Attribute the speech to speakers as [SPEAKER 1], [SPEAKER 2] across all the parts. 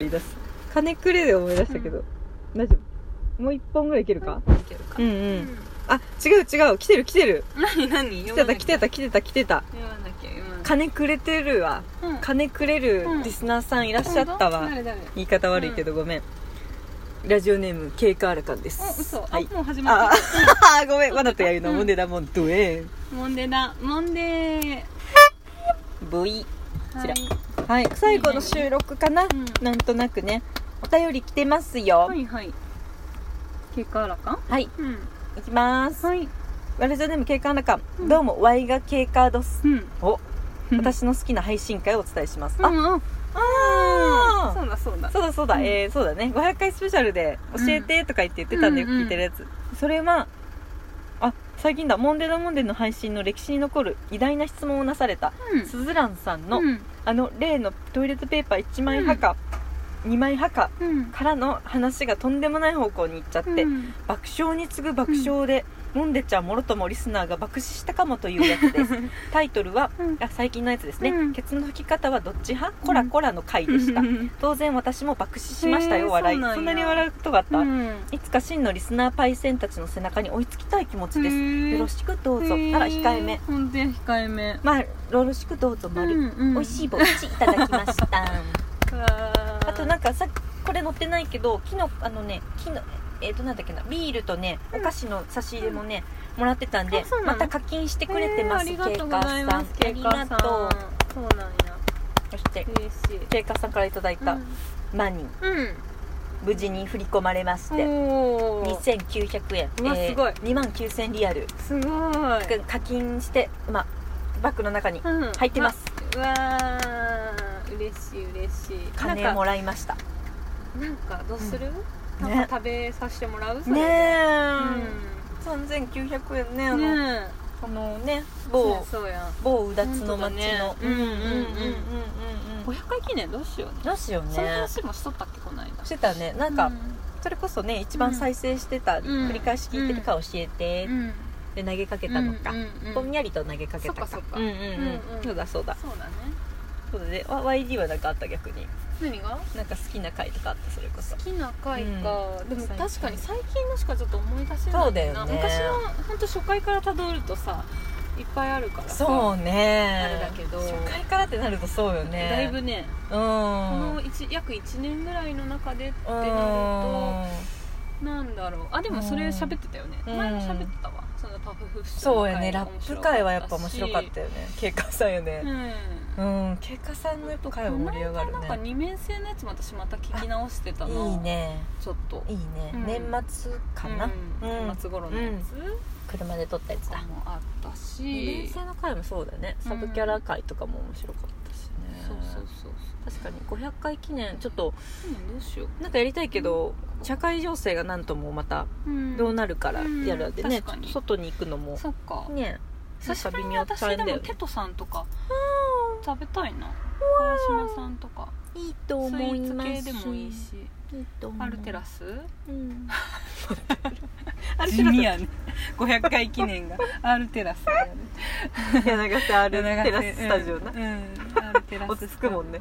[SPEAKER 1] 言い出す
[SPEAKER 2] 金くれで思い出したけど、大丈夫もう一本ぐらいいけるか、
[SPEAKER 3] いけるか
[SPEAKER 2] うんうんあ違う違う来てる来てる
[SPEAKER 3] 何何
[SPEAKER 2] 来てた来てた来てた来てた
[SPEAKER 3] 読まなきゃ読まなきゃ
[SPEAKER 2] 金くれてるわ
[SPEAKER 3] うん
[SPEAKER 2] 金くれるリスナーさんいらっしゃったわ、
[SPEAKER 3] 本当誰誰
[SPEAKER 2] 言い方悪いけどごめん、ラジオネームケイカールカンです
[SPEAKER 3] お嘘、
[SPEAKER 2] は
[SPEAKER 3] はいもう始ま
[SPEAKER 2] あ
[SPEAKER 3] っ
[SPEAKER 2] あ ごめんわざとやるの、
[SPEAKER 3] うん
[SPEAKER 2] モンデダモンドエン
[SPEAKER 3] たモンデだモンデー
[SPEAKER 2] ブイ
[SPEAKER 3] はい
[SPEAKER 2] こちはい最後の収録かな、
[SPEAKER 3] うん
[SPEAKER 2] なんとなくねお便り来てますよ
[SPEAKER 3] は
[SPEAKER 2] はい、
[SPEAKER 3] いはい結果あらかうん
[SPEAKER 2] いきます、
[SPEAKER 3] はい
[SPEAKER 2] ラジオネームケイカールカン、
[SPEAKER 3] うん
[SPEAKER 2] どうもワイがケイカードス
[SPEAKER 3] うん
[SPEAKER 2] お 私の好きな配信会をお伝えします、
[SPEAKER 3] うん
[SPEAKER 2] あ
[SPEAKER 3] うん
[SPEAKER 2] あ
[SPEAKER 3] そうだそうだ
[SPEAKER 2] そうだそうだ、
[SPEAKER 3] うん
[SPEAKER 2] えー、そうだね500回スペシャルで教えてとか言って言ってたんでよ
[SPEAKER 3] うん
[SPEAKER 2] く聞いてるやつ、それはあ最近だ「モンデダモンデ」の配信の歴史に残る偉大な質問をなされた
[SPEAKER 3] うん
[SPEAKER 2] すずらんさんの、
[SPEAKER 3] うん
[SPEAKER 2] あの例のトイレットペーパー1枚派か、2枚派か
[SPEAKER 3] うん
[SPEAKER 2] からの話がとんでもない方向に行っちゃって、
[SPEAKER 3] うん
[SPEAKER 2] 爆笑に次ぐ爆笑で、モンデちゃんもろともリスナーが爆死したかもというやつ ですタイトルは
[SPEAKER 3] うん
[SPEAKER 2] あ最近のやつですね、
[SPEAKER 3] うん
[SPEAKER 2] ケツの吹き方はどっち派、コラコラの回でした当然私も爆死しました
[SPEAKER 3] へ
[SPEAKER 2] よ
[SPEAKER 3] ー
[SPEAKER 2] 笑い
[SPEAKER 3] そう
[SPEAKER 2] そ
[SPEAKER 3] なん
[SPEAKER 2] ん
[SPEAKER 3] や
[SPEAKER 2] なに笑うことがあった、
[SPEAKER 3] うん
[SPEAKER 2] いつか真のリスナーパイセンたちの背中に追いつきたい気持ちです、
[SPEAKER 3] へえ
[SPEAKER 2] よろしくどうぞ
[SPEAKER 3] へえ
[SPEAKER 2] なら控えめ
[SPEAKER 3] ほんとや控えめ
[SPEAKER 2] まあよろしくどうぞ丸、美味しい
[SPEAKER 3] い
[SPEAKER 2] ぼっちいただきましたあ
[SPEAKER 3] あ
[SPEAKER 2] となんかさこれ載ってないけど木のあのね木のえっ、となんだっけなビールとねお菓子の差し入れもね、もらってたんで
[SPEAKER 3] あそうな
[SPEAKER 2] ま
[SPEAKER 3] の
[SPEAKER 2] た課金してくれてます、
[SPEAKER 3] え
[SPEAKER 2] ケイ
[SPEAKER 3] ー
[SPEAKER 2] カ
[SPEAKER 3] ありがとうご
[SPEAKER 2] ー
[SPEAKER 3] ざい
[SPEAKER 2] さん
[SPEAKER 3] ますケイカ
[SPEAKER 2] あり
[SPEAKER 3] ーさ
[SPEAKER 2] が
[SPEAKER 3] ん
[SPEAKER 2] とう
[SPEAKER 3] そうなんや
[SPEAKER 2] そして
[SPEAKER 3] 嬉しい
[SPEAKER 2] ケイカーさんからいただいたマニー
[SPEAKER 3] う
[SPEAKER 2] 無事に振り込まれまし
[SPEAKER 3] ん
[SPEAKER 2] て
[SPEAKER 3] おお
[SPEAKER 2] 2900円
[SPEAKER 3] うわすごい
[SPEAKER 2] 2万9000リアル
[SPEAKER 3] すごい
[SPEAKER 2] 課金して、まあ、バッグの中に
[SPEAKER 3] うん
[SPEAKER 2] 入ってます、
[SPEAKER 3] うわー嬉しい嬉しい
[SPEAKER 2] 金
[SPEAKER 3] なん
[SPEAKER 2] も
[SPEAKER 3] から
[SPEAKER 2] いました
[SPEAKER 3] なんかどうする、
[SPEAKER 2] うん
[SPEAKER 3] なんか食べさせてもらうそれ
[SPEAKER 2] ねえ
[SPEAKER 3] う、
[SPEAKER 2] 3900円ねあ
[SPEAKER 3] ん
[SPEAKER 2] の
[SPEAKER 3] ね
[SPEAKER 2] このね
[SPEAKER 3] え
[SPEAKER 2] 某
[SPEAKER 3] そうや
[SPEAKER 2] 某うだつの町
[SPEAKER 3] 本
[SPEAKER 2] の
[SPEAKER 3] 当だねうんうんう
[SPEAKER 2] う
[SPEAKER 3] ん
[SPEAKER 2] ん
[SPEAKER 3] 500回記念どうしようね
[SPEAKER 2] どうしよう
[SPEAKER 3] その
[SPEAKER 2] ね
[SPEAKER 3] 話もしとったっけこの間
[SPEAKER 2] してたねなんか、
[SPEAKER 3] うん
[SPEAKER 2] それこそね一番再生してた、
[SPEAKER 3] ん
[SPEAKER 2] 繰り返し聞いてるか教えて、
[SPEAKER 3] うん
[SPEAKER 2] で投げかけたのか、
[SPEAKER 3] うんうんうん
[SPEAKER 2] ぼんやりと投げかけたか
[SPEAKER 3] そっかそっか
[SPEAKER 2] うんうんうん
[SPEAKER 3] うんうん
[SPEAKER 2] そうだそうだ
[SPEAKER 3] そうだね
[SPEAKER 2] そうだねわ YD はなんかあった逆に
[SPEAKER 3] 何が
[SPEAKER 2] なんか好きな回とかあったそれこそ
[SPEAKER 3] 好きな回か、
[SPEAKER 2] うん
[SPEAKER 3] でも
[SPEAKER 2] 最近
[SPEAKER 3] 確かに最近のしかちょっと思い出せないな
[SPEAKER 2] そうだよね
[SPEAKER 3] 昔の本当初回からたどるとさいっぱいあるからさ
[SPEAKER 2] そうね
[SPEAKER 3] あれだけど
[SPEAKER 2] 初回からってなるとそうよね
[SPEAKER 3] だいぶね、
[SPEAKER 2] うん
[SPEAKER 3] この一約1年ぐらいの中でって
[SPEAKER 2] う
[SPEAKER 3] なるとなんだろうあでもそれ喋ってたよね、
[SPEAKER 2] うん
[SPEAKER 3] 前も喋ってたわそのパフフッシュの
[SPEAKER 2] そうやね
[SPEAKER 3] 回
[SPEAKER 2] ラ
[SPEAKER 3] も
[SPEAKER 2] ッ
[SPEAKER 3] 面
[SPEAKER 2] プ
[SPEAKER 3] 白かったし
[SPEAKER 2] 界はやっぱ面白かったよね経過さんよ
[SPEAKER 3] う
[SPEAKER 2] ね
[SPEAKER 3] ん
[SPEAKER 2] うん経過さんのやっぱ会は盛り上がる
[SPEAKER 3] この間なん
[SPEAKER 2] ね
[SPEAKER 3] か二面性のやつも私また聞き直してたの
[SPEAKER 2] いいね
[SPEAKER 3] ちょっと
[SPEAKER 2] いいね、
[SPEAKER 3] うん
[SPEAKER 2] 年末かな、
[SPEAKER 3] うん
[SPEAKER 2] うん
[SPEAKER 3] 夏頃のやつ、
[SPEAKER 2] 車で撮ったやつ
[SPEAKER 3] とか
[SPEAKER 2] だ
[SPEAKER 3] もあったし
[SPEAKER 2] 二年生の回もそうだねサブキャラ回とかも面白かったしね、
[SPEAKER 3] そうそうそう
[SPEAKER 2] 確かに500回記念ちょっと
[SPEAKER 3] そううんどうしよ
[SPEAKER 2] なんかやりたいけど、社会情勢がなんともまた
[SPEAKER 3] う、
[SPEAKER 2] どうなるからやるでね、
[SPEAKER 3] うん確かに
[SPEAKER 2] ちょっと外に行くのも
[SPEAKER 3] そっか
[SPEAKER 2] ね
[SPEAKER 3] 久しぶりに
[SPEAKER 2] なんか
[SPEAKER 3] 私
[SPEAKER 2] 微妙
[SPEAKER 3] で
[SPEAKER 2] なんだよ
[SPEAKER 3] も
[SPEAKER 2] ね
[SPEAKER 3] テトさんとか食べたいな川島さんとか
[SPEAKER 2] いいと
[SPEAKER 3] スイ
[SPEAKER 2] 思い
[SPEAKER 3] ーツ
[SPEAKER 2] ます
[SPEAKER 3] 系でもいいし
[SPEAKER 2] いいと思う
[SPEAKER 3] アルテラス
[SPEAKER 2] うん
[SPEAKER 3] アルテラスね500回記念が アルテラスだよね
[SPEAKER 2] 柳瀬アルテラススタジオ
[SPEAKER 3] うん
[SPEAKER 2] な、
[SPEAKER 3] うんアルテラス
[SPEAKER 2] 落ち着くもんね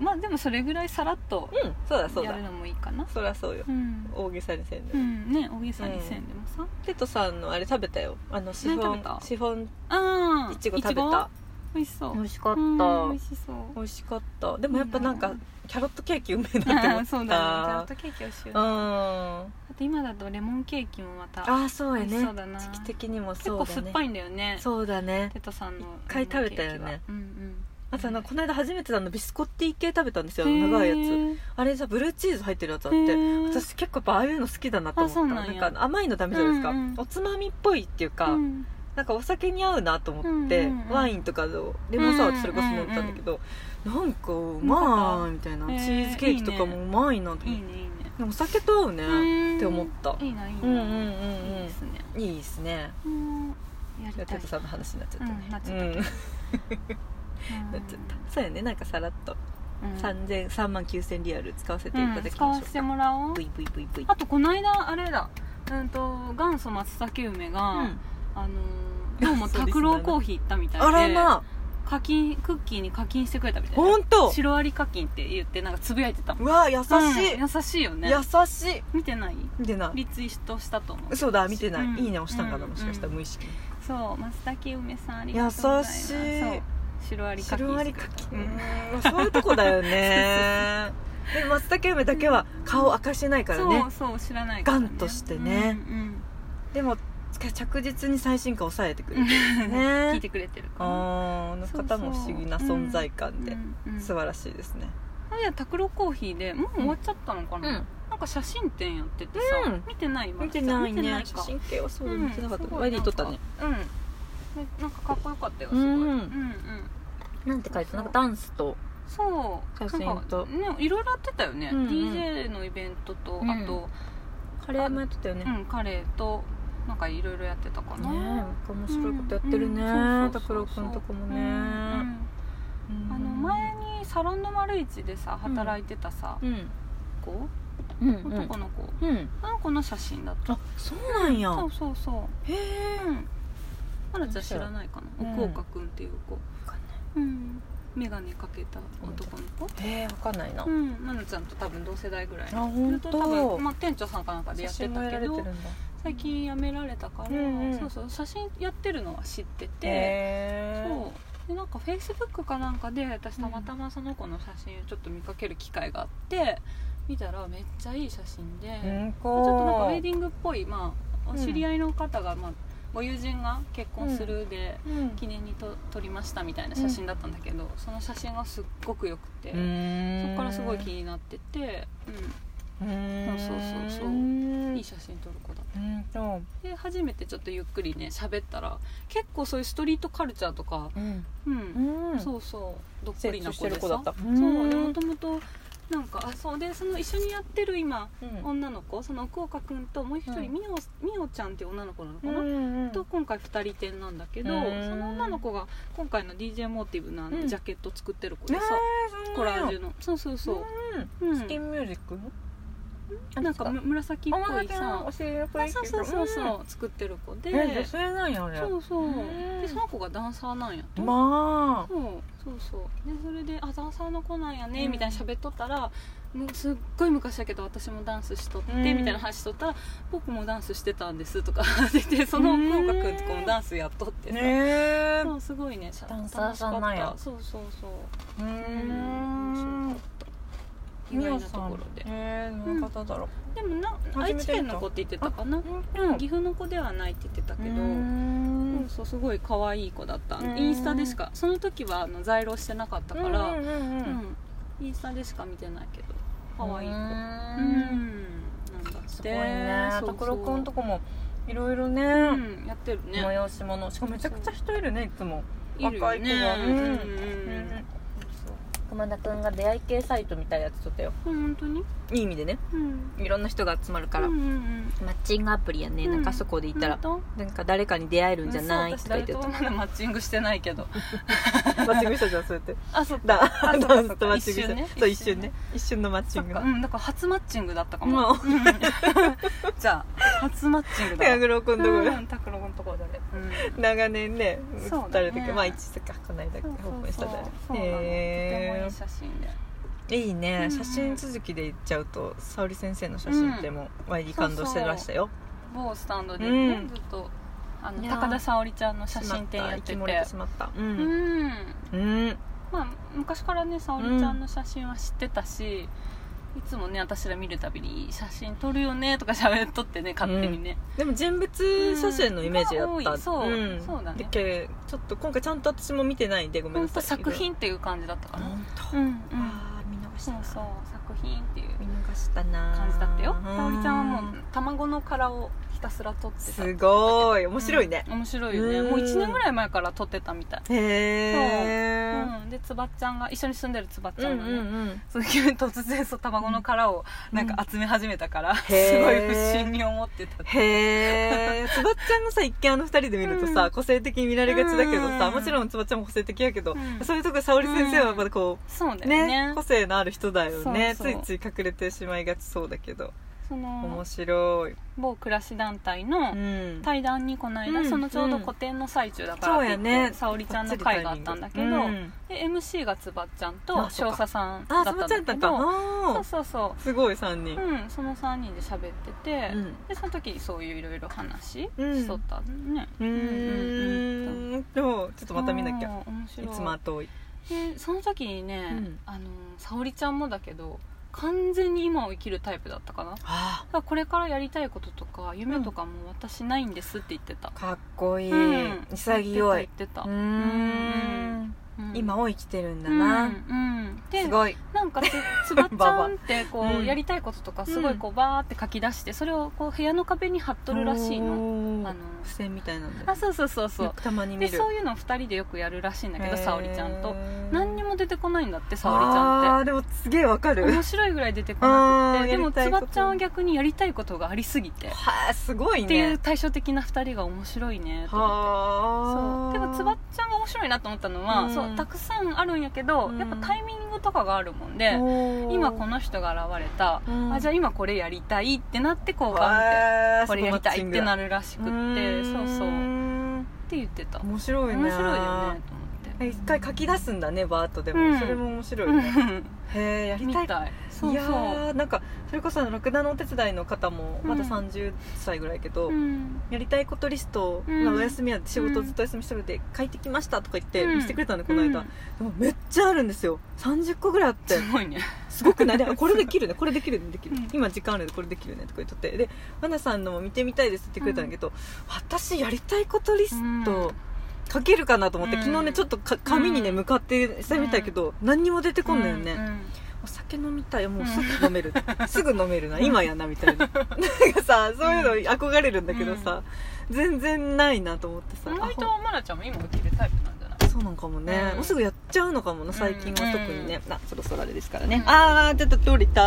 [SPEAKER 3] まあでもそれぐらいさらっと
[SPEAKER 2] うんそうだそう
[SPEAKER 3] や
[SPEAKER 2] だ
[SPEAKER 3] るのもいいかな
[SPEAKER 2] そりゃそうよ
[SPEAKER 3] うん、
[SPEAKER 2] 大げさにせんで
[SPEAKER 3] う
[SPEAKER 2] も、
[SPEAKER 3] ん、ね大げさにせんでもさ、
[SPEAKER 2] テトさんのあれ食べたよあのシフォ
[SPEAKER 3] 何食べ
[SPEAKER 2] ン
[SPEAKER 3] た
[SPEAKER 2] シフォン
[SPEAKER 3] ああ
[SPEAKER 2] いちご食べた
[SPEAKER 3] 美味しそう
[SPEAKER 2] 美味しかっ
[SPEAKER 3] うん
[SPEAKER 2] た
[SPEAKER 3] 美味しそう
[SPEAKER 2] 美味しかったでもやっぱなん
[SPEAKER 3] う
[SPEAKER 2] か
[SPEAKER 3] ん
[SPEAKER 2] キャロットケーキうめえなって思っ
[SPEAKER 3] ああ
[SPEAKER 2] た
[SPEAKER 3] そうだねキャロットケーキをしよう
[SPEAKER 2] う
[SPEAKER 3] あ
[SPEAKER 2] ん
[SPEAKER 3] と今だとレモンケーキもまた
[SPEAKER 2] ああそうや
[SPEAKER 3] 美味し
[SPEAKER 2] ね
[SPEAKER 3] そうだな
[SPEAKER 2] 時期的にも
[SPEAKER 3] 結
[SPEAKER 2] そうだ
[SPEAKER 3] 構
[SPEAKER 2] ね
[SPEAKER 3] 酸っぱいんだよね
[SPEAKER 2] そうだね
[SPEAKER 3] テトさんの
[SPEAKER 2] 一回食べたよね
[SPEAKER 3] うんうん
[SPEAKER 2] あとあのこの間初めてあのビスコッティ系食べたんですよ
[SPEAKER 3] へー
[SPEAKER 2] 長いやつあれさブルーチーズ入ってるやつあっ
[SPEAKER 3] へ
[SPEAKER 2] て
[SPEAKER 3] ー
[SPEAKER 2] 私結構やっぱああいうの好きだなと思っ
[SPEAKER 3] あ
[SPEAKER 2] た
[SPEAKER 3] そう
[SPEAKER 2] な
[SPEAKER 3] なん
[SPEAKER 2] ん
[SPEAKER 3] や
[SPEAKER 2] かあの甘いのダメじゃないですか、
[SPEAKER 3] うんうん
[SPEAKER 2] おつまみっぽいっていうか、
[SPEAKER 3] うん
[SPEAKER 2] なんかお酒に合うなと思って、
[SPEAKER 3] うんうんうん
[SPEAKER 2] ワインとかのレモンサワーとそれこそ飲んだんだけど、なんかうまいみたいな、
[SPEAKER 3] うまかった
[SPEAKER 2] チーズケーキとかもうまいなと
[SPEAKER 3] いい
[SPEAKER 2] 思っ
[SPEAKER 3] ねいいね
[SPEAKER 2] てお酒と合うね、
[SPEAKER 3] うん
[SPEAKER 2] って思った
[SPEAKER 3] いいないいな
[SPEAKER 2] うんうんうん
[SPEAKER 3] いい
[SPEAKER 2] うん
[SPEAKER 3] ですね
[SPEAKER 2] いいですね
[SPEAKER 3] うんや
[SPEAKER 2] じゃ
[SPEAKER 3] り
[SPEAKER 2] あテ
[SPEAKER 3] たい
[SPEAKER 2] トさんの話になっちゃったね、
[SPEAKER 3] うんなっちゃ
[SPEAKER 2] う
[SPEAKER 3] った
[SPEAKER 2] んなっちゃ
[SPEAKER 3] うん
[SPEAKER 2] ったそうやねなんかさらっと
[SPEAKER 3] うん
[SPEAKER 2] 3000 3万9000リアル使わせていただ
[SPEAKER 3] うん
[SPEAKER 2] き
[SPEAKER 3] 使
[SPEAKER 2] まし
[SPEAKER 3] わ
[SPEAKER 2] ょ
[SPEAKER 3] せ
[SPEAKER 2] う
[SPEAKER 3] て
[SPEAKER 2] か、
[SPEAKER 3] もらおう
[SPEAKER 2] ブイブイブイブイ
[SPEAKER 3] あとこの間あれだうんと元祖松茸梅が、
[SPEAKER 2] うん
[SPEAKER 3] あのーどう も
[SPEAKER 2] そうですね
[SPEAKER 3] 拓郎コーヒー行ったみたいで
[SPEAKER 2] あらまあ
[SPEAKER 3] 課金クッキーに課金してくれたみたいな
[SPEAKER 2] 本当
[SPEAKER 3] シロアリ課金って言ってなんかつぶやいてたもん
[SPEAKER 2] うわ優し
[SPEAKER 3] う
[SPEAKER 2] い
[SPEAKER 3] ん、優しいよね
[SPEAKER 2] 優しい
[SPEAKER 3] 見てない
[SPEAKER 2] 見てない
[SPEAKER 3] リツイートしたと思う
[SPEAKER 2] そうだ見てない、
[SPEAKER 3] うん
[SPEAKER 2] いいね押したんかな
[SPEAKER 3] うん
[SPEAKER 2] もしかしたら無意識に、
[SPEAKER 3] そう松竹梅さんありがとうございます
[SPEAKER 2] 優しい
[SPEAKER 3] そうシロアリ課金
[SPEAKER 2] シロアリ課
[SPEAKER 3] してく
[SPEAKER 2] 金
[SPEAKER 3] れたうん
[SPEAKER 2] うんそういうとこだよ ねでも松茸梅だけは顔明かしてないからね
[SPEAKER 3] そうそう知らないから、
[SPEAKER 2] ガンとしてね
[SPEAKER 3] うんうん
[SPEAKER 2] でも着実に最新化抑えてくれるね
[SPEAKER 3] 聞いてくれてるかな
[SPEAKER 2] あーあの方も不思議な存在感で
[SPEAKER 3] うんうん
[SPEAKER 2] 素晴らしいですね
[SPEAKER 3] あれ拓郎コーヒーでもう終わっちゃったのかな、
[SPEAKER 2] うん
[SPEAKER 3] なんか写真展やっててさ、
[SPEAKER 2] うん
[SPEAKER 3] 見てない
[SPEAKER 2] 見てない
[SPEAKER 3] 見て
[SPEAKER 2] ね
[SPEAKER 3] ない
[SPEAKER 2] 写
[SPEAKER 3] か
[SPEAKER 2] 真系はそう
[SPEAKER 3] うん
[SPEAKER 2] 見てなかった
[SPEAKER 3] すごい
[SPEAKER 2] ワイリー撮ったね
[SPEAKER 3] なんかうんでなんかかっこよかったよす
[SPEAKER 2] う
[SPEAKER 3] ごい、
[SPEAKER 2] ん
[SPEAKER 3] うんうん
[SPEAKER 2] なんて書いてたなんかダンスと
[SPEAKER 3] そう
[SPEAKER 2] 写真と
[SPEAKER 3] なんかねいろいろやってたよね、
[SPEAKER 2] うんうん
[SPEAKER 3] DJ のイベントと、
[SPEAKER 2] うん
[SPEAKER 3] あと、
[SPEAKER 2] カレーもやってたよね
[SPEAKER 3] う
[SPEAKER 2] ね
[SPEAKER 3] ん、カレーとなんかいろいろやってたか
[SPEAKER 2] え
[SPEAKER 3] な、
[SPEAKER 2] なんか面白いことやってるね
[SPEAKER 3] うんそう
[SPEAKER 2] 拓
[SPEAKER 3] そう
[SPEAKER 2] 郎
[SPEAKER 3] そうそう
[SPEAKER 2] 君とかも
[SPEAKER 3] うんうん
[SPEAKER 2] ねうん
[SPEAKER 3] あの前にサロンの丸市でさ
[SPEAKER 2] うん
[SPEAKER 3] 働いてたさ、
[SPEAKER 2] うん
[SPEAKER 3] 子
[SPEAKER 2] うんうん
[SPEAKER 3] 男の子、
[SPEAKER 2] うん
[SPEAKER 3] あの子の写真だった
[SPEAKER 2] あそうなんや
[SPEAKER 3] そうそうそう
[SPEAKER 2] へえ
[SPEAKER 3] うんまだじゃ知らないかな
[SPEAKER 2] うん
[SPEAKER 3] 奥岡君っていう子うん眼鏡かけた男の子
[SPEAKER 2] えー、分かんないな、
[SPEAKER 3] うん、ななちゃんと多分同世代ぐらい
[SPEAKER 2] あ本当
[SPEAKER 3] それと多分、まあ、店長さんかなんかで
[SPEAKER 2] 写
[SPEAKER 3] やって
[SPEAKER 2] 真も
[SPEAKER 3] た
[SPEAKER 2] やら
[SPEAKER 3] け
[SPEAKER 2] れてる
[SPEAKER 3] ど
[SPEAKER 2] んだ
[SPEAKER 3] 最近やめられたから、
[SPEAKER 2] うんうん
[SPEAKER 3] そうそう写真やってるのは知ってて、
[SPEAKER 2] へー
[SPEAKER 3] そうでなんかフェイスブックかなんかで私たまたまその子の写真をちょっと見かける機会があって見たらめっちゃいい写真で、
[SPEAKER 2] うん
[SPEAKER 3] ちょっとなんかウ
[SPEAKER 2] こ
[SPEAKER 3] ェディングっぽい、まあ、お知り合いの方が、まあ、ご友人が結婚するで、
[SPEAKER 2] ううん
[SPEAKER 3] 記念にと撮りましたみたいな写真だったんだけど、その写真がすっごくよくて、そこからすごい気になってて、
[SPEAKER 2] うん
[SPEAKER 3] そうそうそうそううん、いい写真撮る子だ
[SPEAKER 2] うんと
[SPEAKER 3] で初めてちょっとゆっくりね喋ったら結構そういうストリートカルチャーとか、
[SPEAKER 2] うん
[SPEAKER 3] うん
[SPEAKER 2] うん
[SPEAKER 3] そうそうどっぷ
[SPEAKER 2] 精
[SPEAKER 3] りな
[SPEAKER 2] 通し
[SPEAKER 3] 子
[SPEAKER 2] て
[SPEAKER 3] で
[SPEAKER 2] る
[SPEAKER 3] さ
[SPEAKER 2] 子だった
[SPEAKER 3] そうで
[SPEAKER 2] う
[SPEAKER 3] も
[SPEAKER 2] ん
[SPEAKER 3] ともとなんかあそうでその一緒にやってる今
[SPEAKER 2] うん
[SPEAKER 3] 女の子その奥岡君ともう一
[SPEAKER 2] う
[SPEAKER 3] 人
[SPEAKER 2] ん
[SPEAKER 3] みお,、みおちゃんっていう女の子なのかな、
[SPEAKER 2] うん
[SPEAKER 3] と今回2人展なんだけど、
[SPEAKER 2] うん
[SPEAKER 3] その女の子が今回の DJ モーティブなあの
[SPEAKER 2] うん
[SPEAKER 3] ジャケット作ってる子
[SPEAKER 2] え
[SPEAKER 3] でさ、コラージュのそうそうそう、うん
[SPEAKER 2] スキンミュージックの
[SPEAKER 3] なんかむ紫っ
[SPEAKER 2] あ
[SPEAKER 3] ぽい
[SPEAKER 2] 紫の
[SPEAKER 3] さ
[SPEAKER 2] お尻のプ
[SPEAKER 3] あ
[SPEAKER 2] リキ
[SPEAKER 3] そう
[SPEAKER 2] ュ
[SPEAKER 3] そ
[SPEAKER 2] ア
[SPEAKER 3] うそうそうう作ってる子で、
[SPEAKER 2] んえ女性なんやあれ
[SPEAKER 3] そうそう
[SPEAKER 2] うん
[SPEAKER 3] でその子がダンサーなんやと、
[SPEAKER 2] まあ
[SPEAKER 3] そうそうそうでそれで「あダンサーの子なんやね」
[SPEAKER 2] うん
[SPEAKER 3] みたいに喋っとったらもうすっごい昔だけど私もダンスしとって、
[SPEAKER 2] うん
[SPEAKER 3] みたいな話しとったら「僕もダンスしてたんです」とか 出てその福岡君とかもダンスやっとってさ、
[SPEAKER 2] ねえ
[SPEAKER 3] そうすごいね
[SPEAKER 2] ダンサーさんなんや
[SPEAKER 3] 楽しかったそうそうそ
[SPEAKER 2] う
[SPEAKER 3] う
[SPEAKER 2] ーん
[SPEAKER 3] 意外なところで
[SPEAKER 2] えー、どの方だろ
[SPEAKER 3] でもな
[SPEAKER 2] 初
[SPEAKER 3] 愛
[SPEAKER 2] めて見た
[SPEAKER 3] 知県の子って言ってたかな
[SPEAKER 2] う、うん
[SPEAKER 3] 岐阜の子ではないって言ってたけど、うん、そうすごい可愛い子だった
[SPEAKER 2] うん
[SPEAKER 3] インスタでしかその時はあの在廊してなかったから、
[SPEAKER 2] うんうんうんうん
[SPEAKER 3] うんインスタでしか見てないけど可愛い子
[SPEAKER 2] う
[SPEAKER 3] うん
[SPEAKER 2] ーん
[SPEAKER 3] なんだって
[SPEAKER 2] すごいね
[SPEAKER 3] そうそう
[SPEAKER 2] 拓郎くんとこもいろいろね、
[SPEAKER 3] うんやってるね
[SPEAKER 2] 催し物しかもめちゃくちゃ人いるねいつも
[SPEAKER 3] いるよ
[SPEAKER 2] 若い子が
[SPEAKER 3] ね
[SPEAKER 2] うん
[SPEAKER 3] うんうん
[SPEAKER 2] 熊田くんが出会い系サイトみたいなやつ撮ったよ
[SPEAKER 3] うん本当に
[SPEAKER 2] いい意味でね
[SPEAKER 3] うん
[SPEAKER 2] いろんな人が集まるから、
[SPEAKER 3] うんうんうん
[SPEAKER 2] マッチングアプリやね、なんかそこで行ったら、
[SPEAKER 3] 本
[SPEAKER 2] なんか誰かに出会え
[SPEAKER 3] 当
[SPEAKER 2] るんじゃない
[SPEAKER 3] うん
[SPEAKER 2] と
[SPEAKER 3] そう私
[SPEAKER 2] か言
[SPEAKER 3] 誰
[SPEAKER 2] って
[SPEAKER 3] と
[SPEAKER 2] た
[SPEAKER 3] もまだマッチングしてないけど
[SPEAKER 2] マッチングしたじゃんそうやって
[SPEAKER 3] あそっ
[SPEAKER 2] だ
[SPEAKER 3] あそうか
[SPEAKER 2] ダンスとマッチングし
[SPEAKER 3] 一
[SPEAKER 2] た
[SPEAKER 3] 瞬ね
[SPEAKER 2] そう一瞬ね一瞬のマッチング
[SPEAKER 3] そっかうんだから初マッチングだったか
[SPEAKER 2] も
[SPEAKER 3] も
[SPEAKER 2] う
[SPEAKER 3] うん じゃあ初マッチングだわ
[SPEAKER 2] 拓郎くんとこが
[SPEAKER 3] うん拓郎くんとこは誰うん
[SPEAKER 2] 長年ね映
[SPEAKER 3] そう
[SPEAKER 2] った
[SPEAKER 3] だね
[SPEAKER 2] れてけどまあ一時かこの間
[SPEAKER 3] そう
[SPEAKER 2] オープンし
[SPEAKER 3] そ
[SPEAKER 2] た
[SPEAKER 3] う
[SPEAKER 2] じゃん
[SPEAKER 3] そうなのとてもい
[SPEAKER 2] へ
[SPEAKER 3] い写真で
[SPEAKER 2] えいいね、
[SPEAKER 3] うん
[SPEAKER 2] 写真続きで言っちゃうと沙織先生の写真でもワイリー感動してましたよ、
[SPEAKER 3] 某スタンドでね、
[SPEAKER 2] うん
[SPEAKER 3] ずっとあの
[SPEAKER 2] いやー
[SPEAKER 3] 高田沙織ちゃんの写真展やって
[SPEAKER 2] し
[SPEAKER 3] て
[SPEAKER 2] まった生き漏れてしまったう
[SPEAKER 3] うんん
[SPEAKER 2] うん
[SPEAKER 3] まあ昔からね沙織ちゃんの写真は知ってたし、いつもね私ら見るたびにいい写真撮るよねとか喋っとってね勝手にね、
[SPEAKER 2] でも人物写真のイメージだった、
[SPEAKER 3] うんそう
[SPEAKER 2] うん
[SPEAKER 3] そうだね
[SPEAKER 2] でけちょっと今回ちゃんと私も見てないんでごめんな
[SPEAKER 3] ほ
[SPEAKER 2] んさ
[SPEAKER 3] と
[SPEAKER 2] い
[SPEAKER 3] 作品っていう感じだったかな
[SPEAKER 2] 本当、
[SPEAKER 3] うんうん
[SPEAKER 2] あー見逃し
[SPEAKER 3] そう
[SPEAKER 2] た
[SPEAKER 3] そう作品っていう
[SPEAKER 2] 見逃したな
[SPEAKER 3] 感じだったよ沙織ちゃんはも
[SPEAKER 2] う
[SPEAKER 3] う卵の殻をひたすら撮ってた
[SPEAKER 2] すごい面白いね、
[SPEAKER 3] うん面白いよね
[SPEAKER 2] うん
[SPEAKER 3] もう1年ぐらい前から撮ってたみたい
[SPEAKER 2] へえ
[SPEAKER 3] うん、でつばっちゃんが一緒に住んでるつばっち
[SPEAKER 2] う
[SPEAKER 3] ゃん
[SPEAKER 2] ん
[SPEAKER 3] が
[SPEAKER 2] う
[SPEAKER 3] ね、
[SPEAKER 2] んうん
[SPEAKER 3] そう急に突然そう卵の殻をなんか集め始めたから、 す
[SPEAKER 2] ー
[SPEAKER 3] ごい不審に思ってた
[SPEAKER 2] へえ つばっちゃんのさ一見あの二人で見るとさ、
[SPEAKER 3] うん
[SPEAKER 2] 個性的に見られがちだけどさ、
[SPEAKER 3] うん
[SPEAKER 2] もちろんつばっちゃんも個性的やけど、
[SPEAKER 3] うん
[SPEAKER 2] そういうとこ沙織先生はまだこ
[SPEAKER 3] そうだ
[SPEAKER 2] う、
[SPEAKER 3] よね
[SPEAKER 2] ね個性のある人だよね
[SPEAKER 3] そうそう
[SPEAKER 2] ついつい隠れてしまいがちそうだけど
[SPEAKER 3] その
[SPEAKER 2] 面白い、
[SPEAKER 3] 某暮らし団体の
[SPEAKER 2] ん
[SPEAKER 3] 対談にこの間、
[SPEAKER 2] うん
[SPEAKER 3] そのちょうど個展の最中だから
[SPEAKER 2] そ
[SPEAKER 3] っ
[SPEAKER 2] う
[SPEAKER 3] て
[SPEAKER 2] や
[SPEAKER 3] 言って、
[SPEAKER 2] ね
[SPEAKER 3] 沙織ちゃんの会があったんだけど、
[SPEAKER 2] うん
[SPEAKER 3] で MC がつばっちゃん
[SPEAKER 2] あ
[SPEAKER 3] と
[SPEAKER 2] そ
[SPEAKER 3] 少
[SPEAKER 2] っか
[SPEAKER 3] 佐さんだ
[SPEAKER 2] あそ
[SPEAKER 3] ったん
[SPEAKER 2] ば
[SPEAKER 3] だ
[SPEAKER 2] ちゃんだ
[SPEAKER 3] け
[SPEAKER 2] った
[SPEAKER 3] どそ
[SPEAKER 2] あ
[SPEAKER 3] うそうそ
[SPEAKER 2] ーすごい3人
[SPEAKER 3] う、うん、その3人で喋ってて、
[SPEAKER 2] うん
[SPEAKER 3] でその時そういういろいろ話
[SPEAKER 2] うん
[SPEAKER 3] しとったね、
[SPEAKER 2] うーんとちょっとまた見なきゃ
[SPEAKER 3] あー面白
[SPEAKER 2] い
[SPEAKER 3] い
[SPEAKER 2] つも後追い
[SPEAKER 3] でその時にね、
[SPEAKER 2] うん
[SPEAKER 3] あの沙織ちゃんもだけど完全に今を生きるタイプだったかなだか
[SPEAKER 2] あ
[SPEAKER 3] らこれからやりたいこととか夢とかも私ないんですって言ってた
[SPEAKER 2] ー、かっこいい、
[SPEAKER 3] うん
[SPEAKER 2] 潔いう
[SPEAKER 3] 言っ
[SPEAKER 2] ー
[SPEAKER 3] てた
[SPEAKER 2] ん
[SPEAKER 3] 言ってた、うん
[SPEAKER 2] 今を生きてるんだ
[SPEAKER 3] うん
[SPEAKER 2] な、
[SPEAKER 3] うんです
[SPEAKER 2] ごい
[SPEAKER 3] なんかつ つばちゃんってこう、
[SPEAKER 2] うん
[SPEAKER 3] やりたいこととかすごいこうバーって書き出してそれをこう部屋の壁に貼っとるらしいの
[SPEAKER 2] の
[SPEAKER 3] あの
[SPEAKER 2] 付箋みたいなんで
[SPEAKER 3] あそうそうそうそ
[SPEAKER 2] よ
[SPEAKER 3] う
[SPEAKER 2] くたまに見
[SPEAKER 3] で
[SPEAKER 2] る
[SPEAKER 3] そういうの2人でよくやるらしいんだけど
[SPEAKER 2] へー
[SPEAKER 3] 沙織ちゃんと何にも出てこないんだって沙織ちゃん
[SPEAKER 2] あ
[SPEAKER 3] っ
[SPEAKER 2] ーでもすげえわか
[SPEAKER 3] て
[SPEAKER 2] る
[SPEAKER 3] 面白いぐらい出てこなく
[SPEAKER 2] あー
[SPEAKER 3] てでも
[SPEAKER 2] やりたい
[SPEAKER 3] つ
[SPEAKER 2] こと
[SPEAKER 3] ばちゃんは逆にやりたいことがありすぎてっ
[SPEAKER 2] はあすごいね
[SPEAKER 3] ていう対照的な2人が面白いねと思って。そ
[SPEAKER 2] はあ
[SPEAKER 3] うでもつばっちゃんが面白いなと思ったのは、
[SPEAKER 2] うん
[SPEAKER 3] そうたくさんあるんやけど、
[SPEAKER 2] うん
[SPEAKER 3] やっぱタイミングとかがあるもんで、
[SPEAKER 2] おー
[SPEAKER 3] 今この人が現れた、
[SPEAKER 2] うん
[SPEAKER 3] あじゃあ今これやりたいってなってこうバンっ
[SPEAKER 2] わ
[SPEAKER 3] てこれやりたいってな
[SPEAKER 2] る
[SPEAKER 3] るらしくってそうそうって言ってた面
[SPEAKER 2] 面白いね
[SPEAKER 3] 白いよね
[SPEAKER 2] え一回書き出すんだねバーッとでも、
[SPEAKER 3] うん
[SPEAKER 2] それも面
[SPEAKER 3] と
[SPEAKER 2] 白い
[SPEAKER 3] 思っ
[SPEAKER 2] ね
[SPEAKER 3] て
[SPEAKER 2] へえやり
[SPEAKER 3] み
[SPEAKER 2] たい
[SPEAKER 3] たい そうそう
[SPEAKER 2] やーなんかそれこそラクダのお手伝いの方もまだ
[SPEAKER 3] うん
[SPEAKER 2] 30歳ぐらいけど、
[SPEAKER 3] うん
[SPEAKER 2] やりたいことリストを、
[SPEAKER 3] うん
[SPEAKER 2] お休みや仕事
[SPEAKER 3] うん
[SPEAKER 2] ずっと休みしてるので書いてきましたとか言って
[SPEAKER 3] うん
[SPEAKER 2] 見せてくれたのこの間、
[SPEAKER 3] うん
[SPEAKER 2] でもめっちゃあるんですよ30個ぐらいあって
[SPEAKER 3] すごいね
[SPEAKER 2] すごくないであこれでき るねこれできるねできる、
[SPEAKER 3] うん
[SPEAKER 2] 今時間あるのでこれできるねとか言っとってでアナさんのも見てみたいですって言ってくれたんだけど、私やりたいことリスト書けるかなと思って、
[SPEAKER 3] うん
[SPEAKER 2] 昨日ねちょっとか紙にね
[SPEAKER 3] うん
[SPEAKER 2] 向かってしてみたけど、何にも出てこんのよね、
[SPEAKER 3] ううん
[SPEAKER 2] お酒飲みたいもうすぐ飲 める、すぐ飲めるな今やなみたいななんかさそういうの憧れるんだけどさ、全然ないなと思ってさ
[SPEAKER 3] 意外
[SPEAKER 2] あ
[SPEAKER 3] とマラちゃんも今起きるタイプなんじゃない
[SPEAKER 2] そうなんかもね、
[SPEAKER 3] うん
[SPEAKER 2] もうすぐやっちゃうのかもな最近は特にね、あそろそろあれですからね、
[SPEAKER 3] うん
[SPEAKER 2] ああちょっと通りた